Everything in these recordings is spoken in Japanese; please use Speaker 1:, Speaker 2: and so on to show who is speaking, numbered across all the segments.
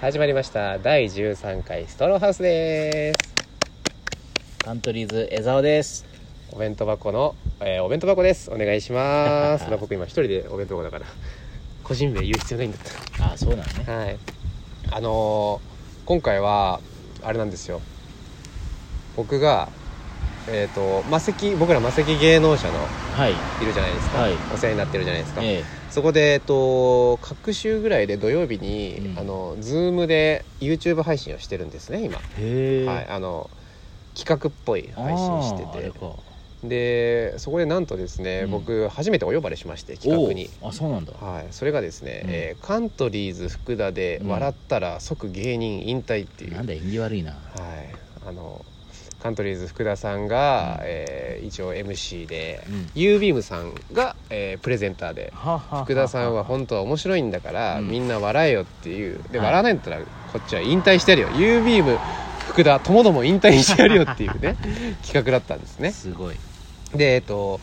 Speaker 1: 始まりました第13回ストローハウスです
Speaker 2: カントリーズ江澤です
Speaker 1: お弁当箱の、えーお弁当箱ですお願いし ますまあ僕今一人でお弁当箱だから個人名言う必要ないんだっ
Speaker 2: あそうなのね
Speaker 1: たはいあのー今回はあれなんですよ僕がえっ、と魔石僕ら魔石芸能者の
Speaker 2: はい
Speaker 1: いるじゃないですか、
Speaker 2: はい
Speaker 1: お世話になってるじゃないですか、
Speaker 2: え
Speaker 1: そこで、えっと、各週ぐらいで土曜日に、
Speaker 2: うん
Speaker 1: あの Zoom で YouTube 配信をしてるんですね今、
Speaker 2: えへえ、
Speaker 1: はい、あの企画っぽい配信して
Speaker 2: あーあ
Speaker 1: て
Speaker 2: れか
Speaker 1: でそこでなんとですね、
Speaker 2: うん
Speaker 1: 僕初めてお呼ばれしまして企画に、
Speaker 2: おうあそうなんだ
Speaker 1: はい、それがですね、
Speaker 2: うん
Speaker 1: えーカントリーズ福田で
Speaker 2: うん
Speaker 1: 笑ったら即芸人引退」っていう、
Speaker 2: なん
Speaker 1: はい、
Speaker 2: だ縁起悪いな
Speaker 1: あのカントリーズ福田さんが、
Speaker 2: うん
Speaker 1: えー一応 MC で、
Speaker 2: うん
Speaker 1: u ビームさんが、えープレゼンターで福田さんは本当は面白いんだから、
Speaker 2: うん
Speaker 1: みんな笑えよっていうで
Speaker 2: はい
Speaker 1: 笑わないんだったらこっちは引退してやるよ u ビーム福田ともども引退してやるよっていうね 企画だったんです
Speaker 2: 当
Speaker 1: ね
Speaker 2: すごい
Speaker 1: でえっと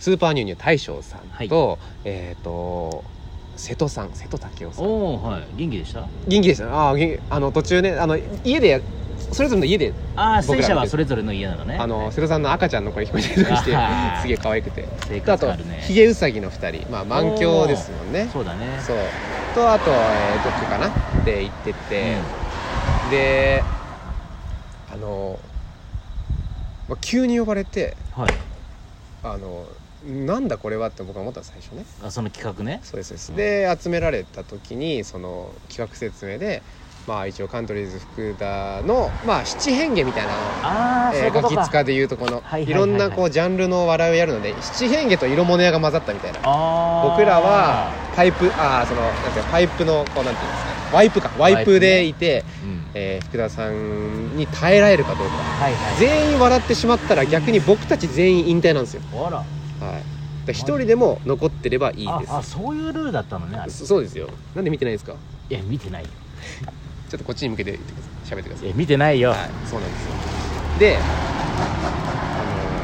Speaker 1: スーパーニューニュー大将さんと、えっと瀬戸さん瀬戸武雄さん
Speaker 2: おおはい元気でした
Speaker 1: 元気でしたねああ元気あの途中ねあの家でやそれぞれの家で
Speaker 2: ああ
Speaker 1: 僕ら見て
Speaker 2: 戦車はそれぞれの家なのね
Speaker 1: あの
Speaker 2: はい
Speaker 1: 瀬戸さんの赤ちゃんの声聞こえたりとかして
Speaker 2: あはは
Speaker 1: すげえ可愛くて
Speaker 2: 生
Speaker 1: あ
Speaker 2: 活
Speaker 1: と
Speaker 2: あるね
Speaker 1: ひげうさぎの2人まあ満響ですもんね
Speaker 2: そうだね
Speaker 1: そうとあと、えーどっちかなって言ってて、であの、まあ、急に呼ばれて
Speaker 2: うんはい
Speaker 1: あのなんだこれはって僕は思ったの最初ね
Speaker 2: あその企画ね
Speaker 1: そうですそうですで集められた時にその企画説明でまあ一応カントリーズ福田のまあ七変化みたいな
Speaker 2: ああそうい
Speaker 1: え
Speaker 2: う
Speaker 1: ー、
Speaker 2: こ
Speaker 1: ガ
Speaker 2: と
Speaker 1: キ
Speaker 2: か
Speaker 1: 使でいうとこの
Speaker 2: はいはいはいはい
Speaker 1: いろんなこうジャンルの笑いをやるので七変化と色物屋が混ざったみたいな
Speaker 2: あー
Speaker 1: 僕らはパイプああそのなんていうのパイプのこうなんていうんですかワイプかワイプでいて、
Speaker 2: うん
Speaker 1: えー福田さんに耐えられるかどうか
Speaker 2: はいはい
Speaker 1: 全員笑ってしまったら逆に僕たち全員引退なんですよ
Speaker 2: あら
Speaker 1: はいだから一人でも残ってればいい
Speaker 2: あ
Speaker 1: です
Speaker 2: あそういうルールだったのねあれ
Speaker 1: そそうですよなんで見てないですか
Speaker 2: いや見てないよ
Speaker 1: ちょっとこっちに向けて言ってください喋ってくださ
Speaker 2: い
Speaker 1: い
Speaker 2: や見てないよ
Speaker 1: はいそうなんですよであのー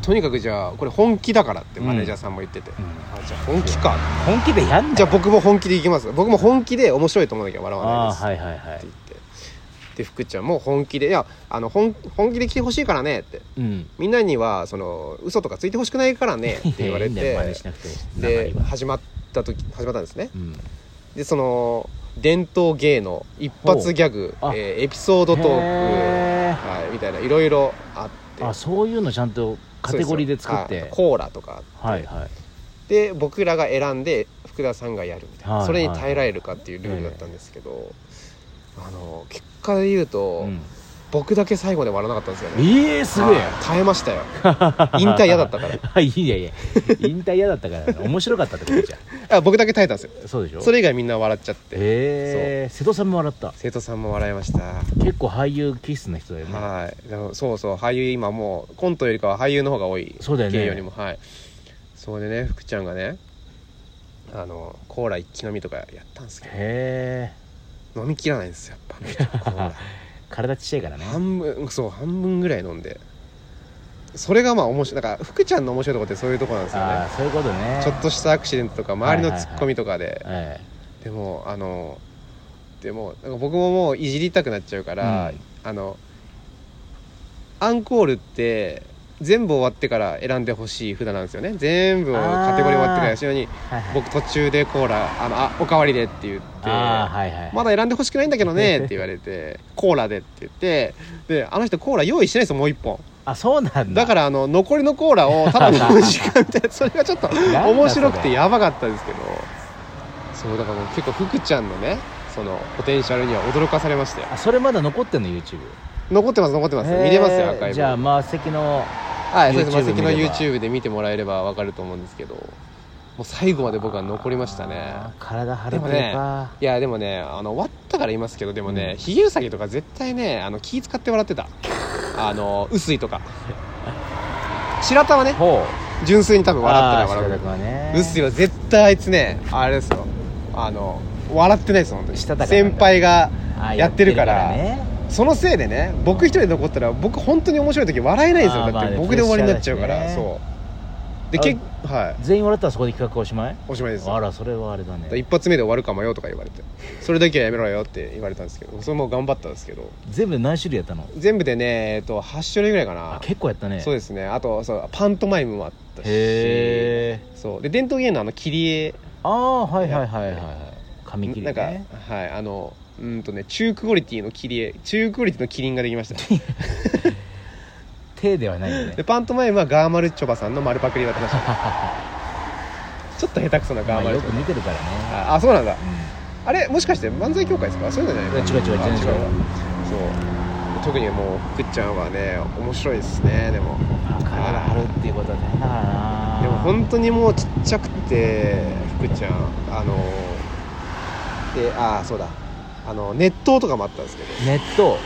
Speaker 1: とにかくじゃあこれ本気だからってマネージャーさんも言ってて、
Speaker 2: うん
Speaker 1: あじゃあ本気か
Speaker 2: 本気でやん
Speaker 1: じ
Speaker 2: じ
Speaker 1: ゃ
Speaker 2: ゃ
Speaker 1: あ僕も本気でいきます僕も本気で面白いと思わなきゃ笑わない
Speaker 2: あ
Speaker 1: で
Speaker 2: あ
Speaker 1: す、
Speaker 2: はいはいは
Speaker 1: って
Speaker 2: い
Speaker 1: 言ってで福ちゃんも本気で「いやあの本本気で来てほしいからね」って
Speaker 2: うん
Speaker 1: みんなにはその嘘とかついてほしくないからねって言われ
Speaker 2: いいんだよ真
Speaker 1: て
Speaker 2: 似しなくて
Speaker 1: で
Speaker 2: 中には
Speaker 1: 始まった時始まったんですね
Speaker 2: うん
Speaker 1: でその伝統芸能一発ギャグ、え
Speaker 2: ほうあ
Speaker 1: ーエピソードトーク、
Speaker 2: へ
Speaker 1: はい、みたいないろいろあって
Speaker 2: ーあそういうのちゃんとカテゴリーで作っ
Speaker 1: そうすよ
Speaker 2: て
Speaker 1: はいコーラとか
Speaker 2: はいはい
Speaker 1: で僕らが選んで福田さんがやるみたいな、
Speaker 2: はい
Speaker 1: それに耐えられるかっていうルールだったんですけど、あの結果で言うと、
Speaker 2: うん
Speaker 1: 僕だけ最後まで笑わなかったんですよね
Speaker 2: ええすげえ
Speaker 1: はい 耐えましたよ引退嫌だったから
Speaker 2: ら いやいや引退嫌だったから面白かったってことじゃ
Speaker 1: あ僕だけ耐えたんですよ
Speaker 2: んそうでしょ
Speaker 1: それ以外みんな笑っちゃって
Speaker 2: ええ瀬戸さんも笑った
Speaker 1: 生徒さんも笑いました
Speaker 2: 結構俳優気質な人だよね
Speaker 1: はいでもそうそう俳優今もうコントよりかは俳優の方が多い
Speaker 2: そうだよね
Speaker 1: 芸よりもはいそうでね福ちゃんがねあのコーラ一気飲みとかやったんですけ
Speaker 2: へえ
Speaker 1: ど飲みきらないんですよやっぱみんなコー ラ
Speaker 2: 体ちっちゃいからね
Speaker 1: 半分そう半分ぐらい飲んでそれがまあ面白いだから福ちゃんの面白いところってそういうとこなんですよ
Speaker 2: あ
Speaker 1: ね
Speaker 2: あそういうことね
Speaker 1: ちょっとしたアクシデントとか周りのツッコミとかで、
Speaker 2: え
Speaker 1: でもあのでもなんか僕ももういじりたくなっちゃうから、
Speaker 2: うん
Speaker 1: あのアンコールって全部終わってから選んでほしい札なんですよね全部をカテゴリー終わってから後ろに
Speaker 2: えはいはい
Speaker 1: 僕途中でコーラあのあおかわりでって言って
Speaker 2: ああはいはい
Speaker 1: まだ選んでほしくないんだけど ねって言われてコーラでって言ってであの人コーラ用意してないですよもう一本
Speaker 2: あそうなんだ
Speaker 1: だかららあの残りのコーラをただ 飲む時間みたいなそれがちょっと
Speaker 2: だそれ
Speaker 1: 面白くてやばかったですけどそうだからもう結構福ちゃんのねそのポテンシャルには驚かされましたよ
Speaker 2: あそれまだ残ってんの YouTube
Speaker 1: 残ってます残ってます見れますよアーカイブ
Speaker 2: じゃあ魔石の
Speaker 1: はいそうです
Speaker 2: YouTube
Speaker 1: マセキの
Speaker 2: 見れば
Speaker 1: YouTube で見てもらえればわかると思うんですけどもう最後まで僕は残りましたね
Speaker 2: あー体張
Speaker 1: で
Speaker 2: る
Speaker 1: も
Speaker 2: と
Speaker 1: ね
Speaker 2: か
Speaker 1: いやでもねあの終わったから言いますけどでもね、
Speaker 2: うん
Speaker 1: ヒゲウサギとか絶対ねあの気使って笑ってたあの薄いとか白玉ね
Speaker 2: ほ
Speaker 1: 純粋に多分
Speaker 2: う
Speaker 1: 笑ってない
Speaker 2: あー
Speaker 1: 笑ってない
Speaker 2: 白田君はね
Speaker 1: うっすよ絶対あいつねあれですよあの笑ってないです本当に
Speaker 2: したたかなんだ
Speaker 1: 先輩が
Speaker 2: あー
Speaker 1: やってるから
Speaker 2: ね
Speaker 1: そのせいでね僕一人で残ったら僕本当に面白い時笑えないです
Speaker 2: あ
Speaker 1: よ
Speaker 2: ーま
Speaker 1: だっ
Speaker 2: あ
Speaker 1: て
Speaker 2: ね
Speaker 1: 僕で終わりになっちゃうか
Speaker 2: プレ
Speaker 1: ら
Speaker 2: ッシャーだし
Speaker 1: そうで
Speaker 2: あ
Speaker 1: 結はい
Speaker 2: 全員笑ったらそこで企画おしまい
Speaker 1: おしまいです
Speaker 2: あらそれはあれだね
Speaker 1: 一発目で終わるかもよとか言われてそれだけはやめろよって言われたんですけどそれも頑張ったんですけど
Speaker 2: 全部で何種類やったの
Speaker 1: 全部でね、えっと、8種類ぐらいかな
Speaker 2: あ結構やったね
Speaker 1: そうですねあとそうパントマイムもあったし
Speaker 2: へえ
Speaker 1: そうで伝統芸能のあの切り絵
Speaker 2: ああはいはいはいはいはい紙切り
Speaker 1: なんか
Speaker 2: ね
Speaker 1: はいあのうんとね中クオリティの切り絵中クオリティのキリンができました
Speaker 2: 手ではないよね
Speaker 1: でパントマイムはガーマルチョバさんの丸パクリだったらしい ちょっと下手くそな
Speaker 2: ま
Speaker 1: ガー
Speaker 2: あ
Speaker 1: マル
Speaker 2: よ
Speaker 1: チ
Speaker 2: く
Speaker 1: ョ
Speaker 2: 見てるからね
Speaker 1: バああそうなんだ
Speaker 2: う
Speaker 1: あれもしかして漫才協会ですかそういうのじゃない
Speaker 2: ん違う違う
Speaker 1: あ
Speaker 2: 全然違
Speaker 1: そ
Speaker 2: う
Speaker 1: う特にもう福ちゃんはね面白いですねでも
Speaker 2: あ体張るっていうことは大変だからな
Speaker 1: でも本当にもうちっちゃくて福ちゃんあのでああそうだあの熱湯とかもあったんですけど
Speaker 2: ネット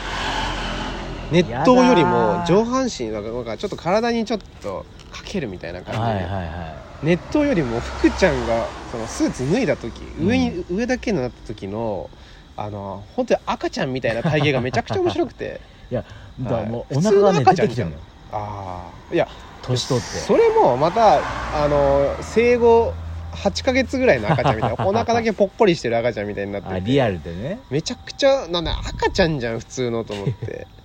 Speaker 1: 熱湯より
Speaker 2: や
Speaker 1: も
Speaker 2: だー
Speaker 1: 上半身なんかなんかちょっと体にちょっとかけるみたいな感じで、
Speaker 2: はいはいは
Speaker 1: 熱湯よりも福ちゃんがそのスーツ脱いだ時上に、上だけになった時のあの本当に赤ちゃんみたいな体型がめちゃくちゃ面白くて
Speaker 2: いいやだからもう
Speaker 1: はい
Speaker 2: お腹が
Speaker 1: 普通
Speaker 2: ね
Speaker 1: の赤
Speaker 2: 出
Speaker 1: ちゃん
Speaker 2: てきちゃうのよ
Speaker 1: ああいや
Speaker 2: 年取って
Speaker 1: それもまたあの生後8ヶ月ぐらいの赤ちゃんみた いなお腹だけぽっこりしてる赤ちゃんみたいになってて
Speaker 2: あリアルでね
Speaker 1: めちゃくちゃなんだ赤ちゃんじゃん普通のと思って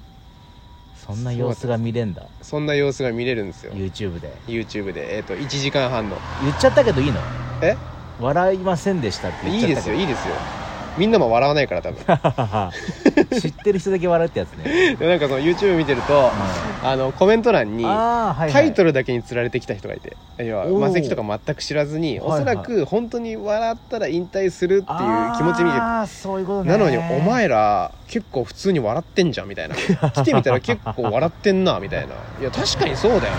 Speaker 2: そんな様子が見れんだ
Speaker 1: そんな様子が見れるんですよ
Speaker 2: YouTube で
Speaker 1: YouTube で、えっと1時間半の
Speaker 2: 言っちゃったけどいいの
Speaker 1: え
Speaker 2: 笑いませんでしたって
Speaker 1: い
Speaker 2: 言っ
Speaker 1: い
Speaker 2: ちゃ
Speaker 1: で
Speaker 2: った
Speaker 1: す
Speaker 2: け
Speaker 1: よ
Speaker 2: ど
Speaker 1: いいですよみんなも笑わないから 多分
Speaker 2: いいですよ 知ってる人だけ笑うってやつね、
Speaker 1: でもなんかその YouTube 見てるとあのコメント欄に
Speaker 2: ああはい、はい、
Speaker 1: タイトルだけに釣られてきた人がいて要は
Speaker 2: おー
Speaker 1: マセキとか全く知らずにお
Speaker 2: はいはい
Speaker 1: そらく本当に笑ったら引退するっていう気持ちで見て
Speaker 2: ああそういうことね
Speaker 1: なのにお前ら結構普通に笑ってんじゃんみた いな来てみたら結構笑ってんなみたいないや確かにそうだよ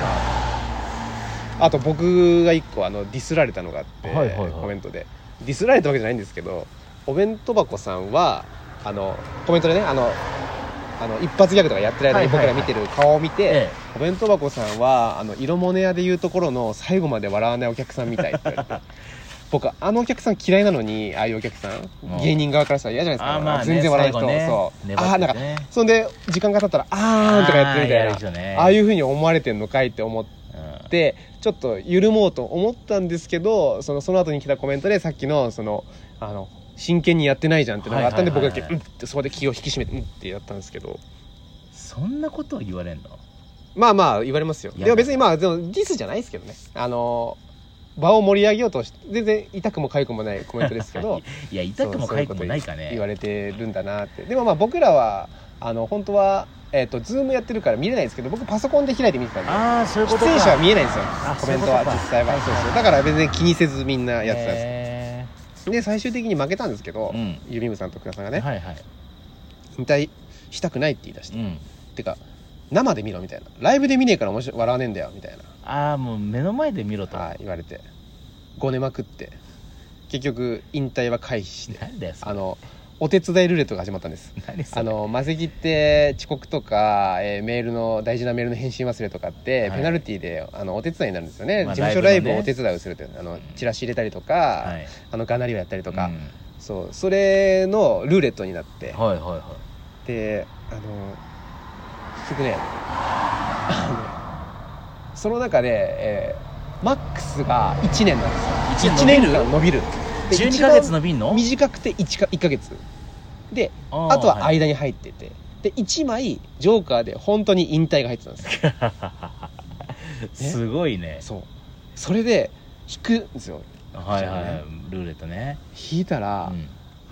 Speaker 1: なあと僕が一個あのディスられたのがあって、
Speaker 2: はいはいはい
Speaker 1: コメントでディスられたわけじゃないんですけどお弁当箱さんはあのコメントでねあのあの一発ギャグとかやってる間に
Speaker 2: はい
Speaker 1: 僕
Speaker 2: はいは
Speaker 1: ら
Speaker 2: い
Speaker 1: 見てる顔を見て、
Speaker 2: え
Speaker 1: お弁当箱さんはあの色物屋で言うところの最後まで笑わないお客さんみたいって言われ て僕あのお客さん嫌いなのにああいうお客さ
Speaker 2: うん
Speaker 1: ん芸人側からしたら嫌じゃないですか
Speaker 2: あーまあね
Speaker 1: 全然笑う人、
Speaker 2: 最後ね
Speaker 1: そう、
Speaker 2: 粘
Speaker 1: ああ
Speaker 2: っ
Speaker 1: ーな
Speaker 2: て
Speaker 1: ん
Speaker 2: て
Speaker 1: か
Speaker 2: ね
Speaker 1: そんで時間が経ったら「あーん」とかやってるみたいなあ,、
Speaker 2: あ,、ね、、
Speaker 1: あいううふうに思われてんのかいって思っ
Speaker 2: ん、
Speaker 1: てちょっと緩もうと思ったんですけどそのその後に来たコメントでさっきのそのあの真剣にやってないじゃんってのがあったんで
Speaker 2: はい
Speaker 1: 僕
Speaker 2: はい
Speaker 1: だ
Speaker 2: は
Speaker 1: け
Speaker 2: い
Speaker 1: 「うん」ってそこで気を引き締めて「うん」ってやったんですけど
Speaker 2: そんなことを言われんの
Speaker 1: まあまあ言われますよ
Speaker 2: いや
Speaker 1: でも別にまあでもディスじゃないですけどねあの場を盛り上げようとして全然痛くも痒くもないコメントですけど
Speaker 2: いや痛くも
Speaker 1: そう
Speaker 2: かゆくもないか
Speaker 1: そう
Speaker 2: ね
Speaker 1: うこと言われてるんだなってでもまあ僕らはあの本当はえっ、とズームやってるから見れないですけど僕パソコンで開いて見てたんで
Speaker 2: ああそういうこと
Speaker 1: 出
Speaker 2: か
Speaker 1: 演者は見えないんですよ
Speaker 2: あ
Speaker 1: コメントは
Speaker 2: そういうことか
Speaker 1: 実際は
Speaker 2: はい
Speaker 1: そうそうだから別に気にせずみんなやってたんで
Speaker 2: へ
Speaker 1: す、で最終的に負けたんですけど、
Speaker 2: ーうん
Speaker 1: ユミムさんと福田さんがね、
Speaker 2: はいはい
Speaker 1: 引退したくないって言い出して、
Speaker 2: うん
Speaker 1: てか生で見ろみたいなライブで見ねえから面白い笑わねえんだよみたいな
Speaker 2: ああもう目の前で見ろと
Speaker 1: はい言われてごねまくって結局引退は回避して
Speaker 2: 何だよそれ
Speaker 1: あのお手伝いルーレットが始まったんです
Speaker 2: 何それ
Speaker 1: あのマセキって遅刻とか、えーメールの大事なメールの返信忘れとかって、
Speaker 2: はい
Speaker 1: ペナルティーであのお手伝いになるんですよね、
Speaker 2: まあ
Speaker 1: 事務所ラ
Speaker 2: ラ
Speaker 1: イ
Speaker 2: イ
Speaker 1: ブ
Speaker 2: ブ
Speaker 1: を
Speaker 2: の
Speaker 1: お
Speaker 2: ね
Speaker 1: 手伝いをするというあの
Speaker 2: ん
Speaker 1: チラシ入れたりとか、
Speaker 2: はい
Speaker 1: あのガナリをやったりとか、
Speaker 2: うん
Speaker 1: そうそれのルーレットになって、
Speaker 2: はいはいはい
Speaker 1: であの結局ねあのその中で、えーマックスが1年なんですよ
Speaker 2: 1
Speaker 1: 1
Speaker 2: 年
Speaker 1: 年
Speaker 2: 伸びる
Speaker 1: 間伸びるで
Speaker 2: 12ヶ月
Speaker 1: 一
Speaker 2: 伸びんの
Speaker 1: 番短くて 1, か1ヶ月で
Speaker 2: あー
Speaker 1: あとは
Speaker 2: はい
Speaker 1: 間に入ってて、で1枚ジョーカーで本当に引退が入ってたん ですよ
Speaker 2: すごいね
Speaker 1: そうそれで引くんですよ
Speaker 2: はいはいはいルーレットね
Speaker 1: 引いたら、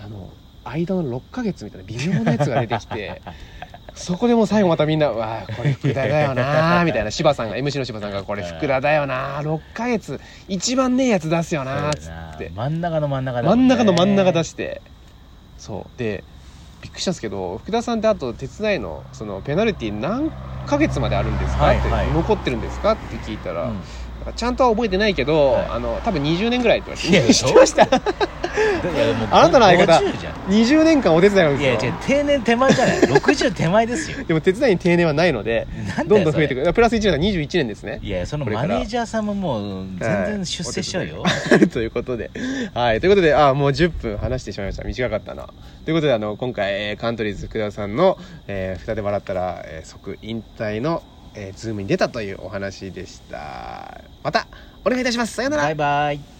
Speaker 1: あの間の6ヶ月みたいな微妙なやつが出てきて そこでもう最後またみんな「うわあこれ福田だよ な」みたいな柴さんが MC の柴さんが「これ福田だよな6ヶ月一番ねえやつ出すよな」っつって
Speaker 2: 真ん中の真ん中だ
Speaker 1: 真
Speaker 2: も
Speaker 1: ん
Speaker 2: ね
Speaker 1: 中の真ん中出してそうでびっくりしたんですけど福田さんってあと手伝いのそのペナルティ何ヶ月まであるんですか
Speaker 2: は
Speaker 1: っ
Speaker 2: い
Speaker 1: て
Speaker 2: はい
Speaker 1: 残ってるんですかって聞いた
Speaker 2: う
Speaker 1: ら
Speaker 2: ん
Speaker 1: ちゃんとは覚えてないけど
Speaker 2: はい
Speaker 1: あの多分20年ぐらいって
Speaker 2: い
Speaker 1: 言われ
Speaker 2: や
Speaker 1: て知ってました
Speaker 2: いやもう
Speaker 1: あなたの相方
Speaker 2: 50じゃん
Speaker 1: 20年間お手伝いなん
Speaker 2: い
Speaker 1: で
Speaker 2: や
Speaker 1: す
Speaker 2: 違
Speaker 1: よ
Speaker 2: う定年手前じゃない60手前ですよ
Speaker 1: でも手伝いに定年はないので
Speaker 2: なんだよ
Speaker 1: どんどん増えてく
Speaker 2: それ
Speaker 1: るプラス1年が21年ですね
Speaker 2: いやその
Speaker 1: これか
Speaker 2: マ
Speaker 1: ら
Speaker 2: ネージャーさんももう全然出世しちゃうよ、
Speaker 1: という ことではいということであーもう10分話してしまいました短かったなということであの今回、えーカントリーズ福田さんの「えー、蓋で笑ったら、えー即引退」のえー、ズームに出たというお話でしたまたお願いいたしますさようなら
Speaker 2: バイバイ